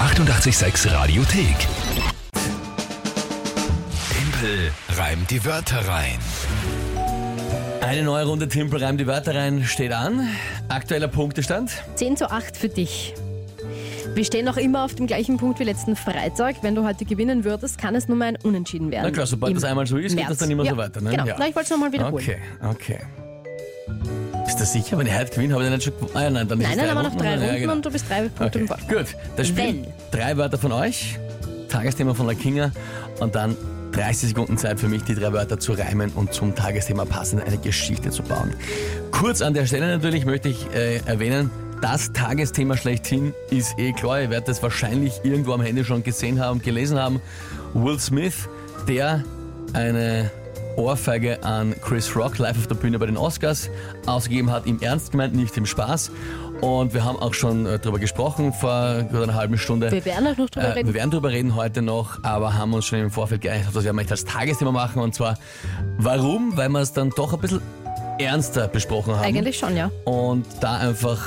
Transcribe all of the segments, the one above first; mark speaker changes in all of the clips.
Speaker 1: 886 Radiothek. Tempel reimt die Wörter rein.
Speaker 2: Eine neue Runde Timpel reimt die Wörter rein steht an. Aktueller Punktestand.
Speaker 3: 10 zu 8 für dich. Wir stehen noch immer auf dem gleichen Punkt wie letzten Freitag. Wenn du heute gewinnen würdest, kann es nur mal ein Unentschieden werden.
Speaker 2: Na klar, sobald
Speaker 3: Im
Speaker 2: das einmal so ist, geht
Speaker 3: März.
Speaker 2: das dann immer
Speaker 3: ja,
Speaker 2: so weiter. Ne?
Speaker 3: Genau,
Speaker 2: Ja.
Speaker 3: Na, ich wollte es nochmal wiederholen.
Speaker 2: Okay, okay. Ist das sicher, wenn ich heute gewinne, habe ich dann nicht schon gewonnen? Ah, ja, nein, dann ist es
Speaker 3: Nein, dann haben wir noch
Speaker 2: Runden,
Speaker 3: drei
Speaker 2: oder?
Speaker 3: Runden
Speaker 2: Ja, genau.
Speaker 3: und du bist drei Punkte
Speaker 2: Okay,
Speaker 3: im Ball.
Speaker 2: gut. Das Spiel, drei Wörter von euch, Tagesthema von Lakinger und dann 30 Sekunden Zeit für mich, die drei Wörter zu reimen und zum Tagesthema passend eine Geschichte zu bauen. Kurz an der Stelle natürlich möchte ich äh, erwähnen, das Tagesthema schlechthin ist eh klar. Ihr werdet es wahrscheinlich irgendwo am Handy schon gesehen haben, gelesen haben. Will Smith, der eine Ohrfeige an Chris Rock live auf der Bühne bei den Oscars ausgegeben hat, im Ernst gemeint, nicht im Spaß. Und wir haben auch schon äh, drüber gesprochen vor gut einer halben Stunde.
Speaker 3: Wir werden auch noch drüber
Speaker 2: Äh,
Speaker 3: reden.
Speaker 2: Wir werden drüber reden heute noch, aber haben uns schon im Vorfeld geeinigt, dass wir möchten das Tagesthema machen. Und zwar, warum? Weil wir es dann doch ein bisschen ernster besprochen haben.
Speaker 3: Eigentlich schon, ja.
Speaker 2: Und da einfach,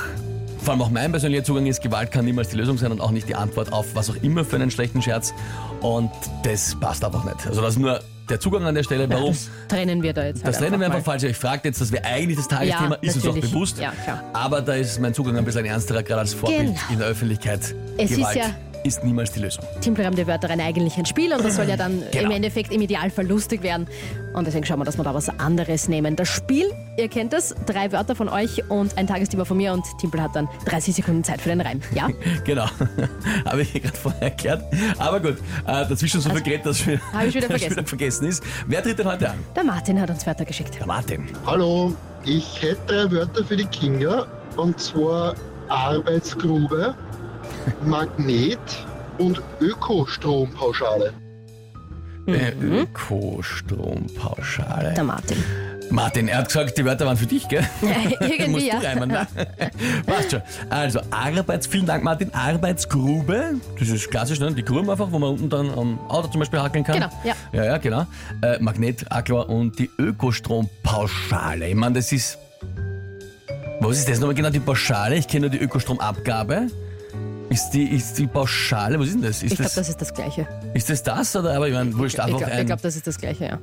Speaker 2: vor allem auch mein persönlicher Zugang ist, Gewalt kann niemals die Lösung sein und auch nicht die Antwort auf was auch immer für einen schlechten Scherz. Und das passt einfach nicht. Also das ist nur der Zugang an der Stelle. Warum?
Speaker 3: Das trennen wir da jetzt.
Speaker 2: Oh. Das
Speaker 3: halt
Speaker 2: nennen wir einfach,
Speaker 3: mal.
Speaker 2: falls ihr euch fragt jetzt, das wäre eigentlich das Tagesthema,
Speaker 3: Ja,
Speaker 2: ist uns auch
Speaker 3: natürlich.
Speaker 2: bewusst.
Speaker 3: Ja, klar.
Speaker 2: aber da ist mein Zugang ein bisschen ernsterer, gerade als Vorbild
Speaker 3: Genau.
Speaker 2: in der Öffentlichkeit.
Speaker 3: Es ist
Speaker 2: Gewalt
Speaker 3: ja-
Speaker 2: ist niemals die Lösung.
Speaker 3: Timpelraum der Wörter rein eigentlich ein Spiel und das soll ja dann im
Speaker 2: Genau.
Speaker 3: Endeffekt im Idealfall lustig werden. Und deswegen schauen wir, dass wir da was anderes nehmen. Das Spiel, ihr kennt das, drei Wörter von euch und ein Tagesthema von mir und Timpel hat dann 30 Sekunden Zeit für den Reim. Ja?
Speaker 2: Genau, habe ich gerade vorher erklärt. Aber gut, äh, dazwischen so viel geredet, dass wir
Speaker 3: Also, Hab ich wieder
Speaker 2: dass
Speaker 3: vergessen.
Speaker 2: wieder vergessen ist. Wer tritt denn heute an?
Speaker 3: Der Martin hat uns Wörter geschickt.
Speaker 2: Der Martin.
Speaker 4: Hallo, ich hätte drei Wörter für die Kinga und zwar Arbeitsgrube, Magnet und Ökostrompauschale.
Speaker 2: Mhm. Ökostrompauschale.
Speaker 3: Der Martin.
Speaker 2: Martin, er hat gesagt, die Wörter waren für dich, gell? Musst
Speaker 3: Irgendwie
Speaker 2: du
Speaker 3: ja.
Speaker 2: reimen, ne? Passt schon. Also, Arbeits, vielen Dank, Martin. Arbeitsgrube, das ist klassisch, ne? Die Gruben einfach, wo man unten dann am Auto zum Beispiel hakeln kann.
Speaker 3: Genau, ja.
Speaker 2: Ja, ja, genau. Äh, Magnet, Aqua und die Ökostrompauschale. Ich meine, das ist. Was ist das nochmal genau? Die Pauschale? Ich kenne nur die Ökostromabgabe. Ist die, ist die Pauschale, was ist denn das? Ist,
Speaker 3: Ich glaube,
Speaker 2: das,
Speaker 3: das ist das Gleiche.
Speaker 2: ist das das? Oder? Aber ich meine, wurscht,
Speaker 3: Ich
Speaker 2: einfach
Speaker 3: glaube,
Speaker 2: ein,
Speaker 3: glaub, das ist das Gleiche, ja.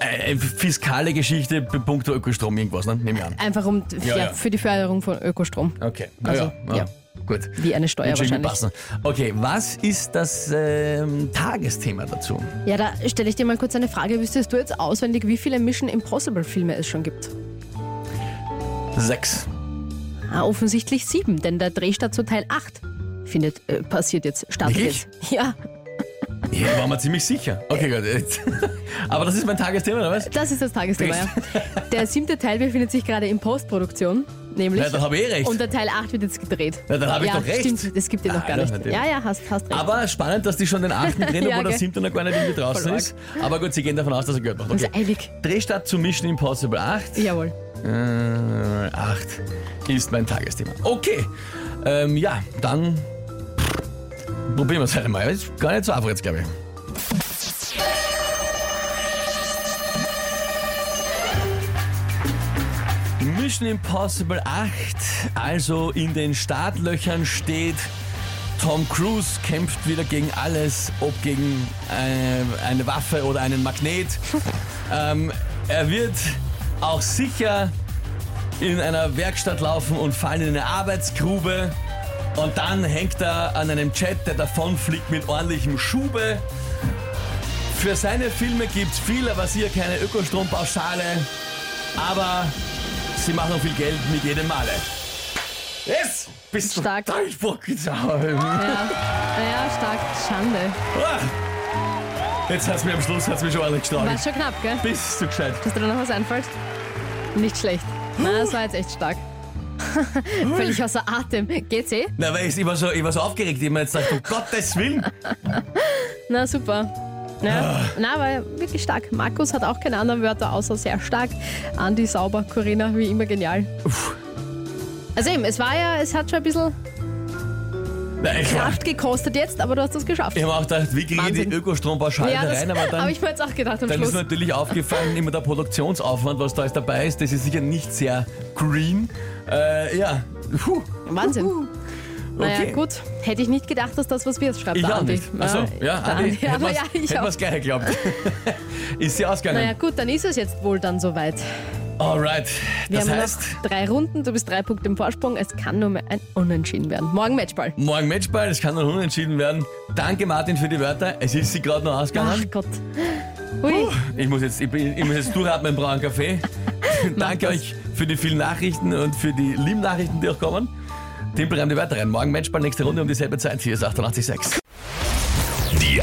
Speaker 2: äh, fiskale Geschichte, punkto Ökostrom, irgendwas, ne? Nehme ich an.
Speaker 3: Einfach um
Speaker 2: Ja,
Speaker 3: ja,
Speaker 2: ja.
Speaker 3: für die Förderung von Ökostrom.
Speaker 2: Okay, Na
Speaker 3: Also,
Speaker 2: ja, ja.
Speaker 3: ja.
Speaker 2: Gut.
Speaker 3: Wie eine Steuer
Speaker 2: Wird schon irgendwie
Speaker 3: wahrscheinlich.
Speaker 2: passen. ne? Okay, was ist das ähm, Tagesthema dazu?
Speaker 3: Ja, da stelle ich dir mal kurz eine Frage. Wüsstest du jetzt auswendig, wie viele Mission Impossible-Filme es schon gibt?
Speaker 2: Sechs.
Speaker 3: Ah, offensichtlich sieben, denn der Drehstart zu Teil 8 findet, äh, passiert jetzt, startet
Speaker 2: Wirklich?
Speaker 3: jetzt. Ja,
Speaker 2: Ja, war mir ziemlich sicher. Okay, gut. jetzt. Aber das ist mein Tagesthema, oder was?
Speaker 3: das ist das Tagesthema. Ja. Der siebte Teil befindet sich gerade in Postproduktion, nämlich.
Speaker 2: Ja, dann habe ich eh recht.
Speaker 3: Und der Teil 8 wird jetzt gedreht.
Speaker 2: Ja, dann hab ich
Speaker 3: ja,
Speaker 2: doch recht.
Speaker 3: Stimmt, das gibt ihr noch
Speaker 2: Ah,
Speaker 3: gar
Speaker 2: ja,
Speaker 3: nicht.
Speaker 2: natürlich.
Speaker 3: Ja, ja, hast, hast recht.
Speaker 2: Aber spannend, dass die schon den achten drehen, obwohl
Speaker 3: Ja,
Speaker 2: der
Speaker 3: gell.
Speaker 2: siebte noch gar nicht irgendwie draußen
Speaker 3: Voll Also
Speaker 2: ist. Aber gut, sie gehen davon aus, dass er gehört macht.
Speaker 3: Uns
Speaker 2: Okay.
Speaker 3: eilig.
Speaker 2: Drehstart zu Mission Impossible 8.
Speaker 3: Jawohl.
Speaker 2: Äh, 8 ist mein Tagesthema. Okay, ähm, ja, dann probieren wir es halt mal. Ist gar nicht so einfach jetzt, glaube ich. Mission Impossible 8, also in den Startlöchern steht, Tom Cruise kämpft wieder gegen alles, ob gegen eine, eine Waffe oder einen Magnet. ähm, er wird auch sicher in einer Werkstatt laufen und fallen in eine Arbeitsgrube. Und dann hängt er an einem Jet, der davonfliegt mit ordentlichem Schube. Für seine Filme gibt's viel, aber sicher keine Ökostrompauschale. Aber sie machen viel Geld mit jedem Male. Yes! Bist du
Speaker 3: Stark.
Speaker 2: durchbockensau.
Speaker 3: Ja, ja stark. Schande.
Speaker 2: Ah! Jetzt hat's mir am Schluss hat's mir schon ordentlich
Speaker 3: War
Speaker 2: gestorben.
Speaker 3: schon knapp, gell?
Speaker 2: Bist du gescheit?
Speaker 3: Dass dir da noch was einfällt? Nicht schlecht. Na, das war jetzt echt stark. Völlig außer Atem. Geht's eh?
Speaker 2: Na, weil ich, ich, war so, ich war so aufgeregt, ich hab mir jetzt gedacht, um Gottes Willen.
Speaker 3: Na super. Ja.
Speaker 2: Ah.
Speaker 3: Na, war wirklich stark. Markus hat auch keine anderen Wörter, außer sehr stark. Andi sauber, Corinna, wie immer genial. Also eben, es war ja, es hat schon ein bisschen
Speaker 2: Nein, ich war,
Speaker 3: Kraft gekostet jetzt, aber du hast es geschafft.
Speaker 2: Ich habe auch gedacht, wie kriege ich die
Speaker 3: Wahnsinn.
Speaker 2: Ökostrompauschale da rein, aber
Speaker 3: habe
Speaker 2: dann,
Speaker 3: ich mir jetzt auch gedacht am
Speaker 2: dann ist
Speaker 3: Schluss.
Speaker 2: natürlich aufgefallen, immer der Produktionsaufwand, was da alles dabei ist, das ist sicher nicht sehr green. Äh, ja, puh,
Speaker 3: Wahnsinn. Naja,
Speaker 2: Okay.
Speaker 3: gut. Hätte ich nicht gedacht, dass das was wird, schreibt
Speaker 2: Ich
Speaker 3: der
Speaker 2: auch
Speaker 3: Andi.
Speaker 2: nicht. Achso, ja,
Speaker 3: der
Speaker 2: Andi.
Speaker 3: Andi.
Speaker 2: Hätten
Speaker 3: Aber ja,
Speaker 2: wir's-
Speaker 3: ich
Speaker 2: hätten
Speaker 3: auch.
Speaker 2: wir's gleich geglaubt. Ist sie ausgegangen?
Speaker 3: Naja, gut, dann ist es jetzt wohl dann soweit.
Speaker 2: Alright.
Speaker 3: Wir
Speaker 2: Das
Speaker 3: haben
Speaker 2: heißt,
Speaker 3: noch drei Runden, du bist drei Punkte im Vorsprung. Es kann nur mehr ein Unentschieden werden. Morgen Matchball.
Speaker 2: morgen Matchball, es kann dann unentschieden werden. Danke Martin für die Wörter. Es ist sie gerade noch
Speaker 3: Ach
Speaker 2: ausgegangen.
Speaker 3: Gott. Ui,
Speaker 2: Ich muss jetzt, ich, bin, ich muss jetzt durchatmen, brauchen Kaffee. Danke
Speaker 3: das.
Speaker 2: euch für die vielen Nachrichten und für die lieben Nachrichten, die auch kommen. Timpel reimt die Wörter rein. Morgen Matchball, nächste Runde um dieselbe Zeit. Hier ist 886.
Speaker 1: Die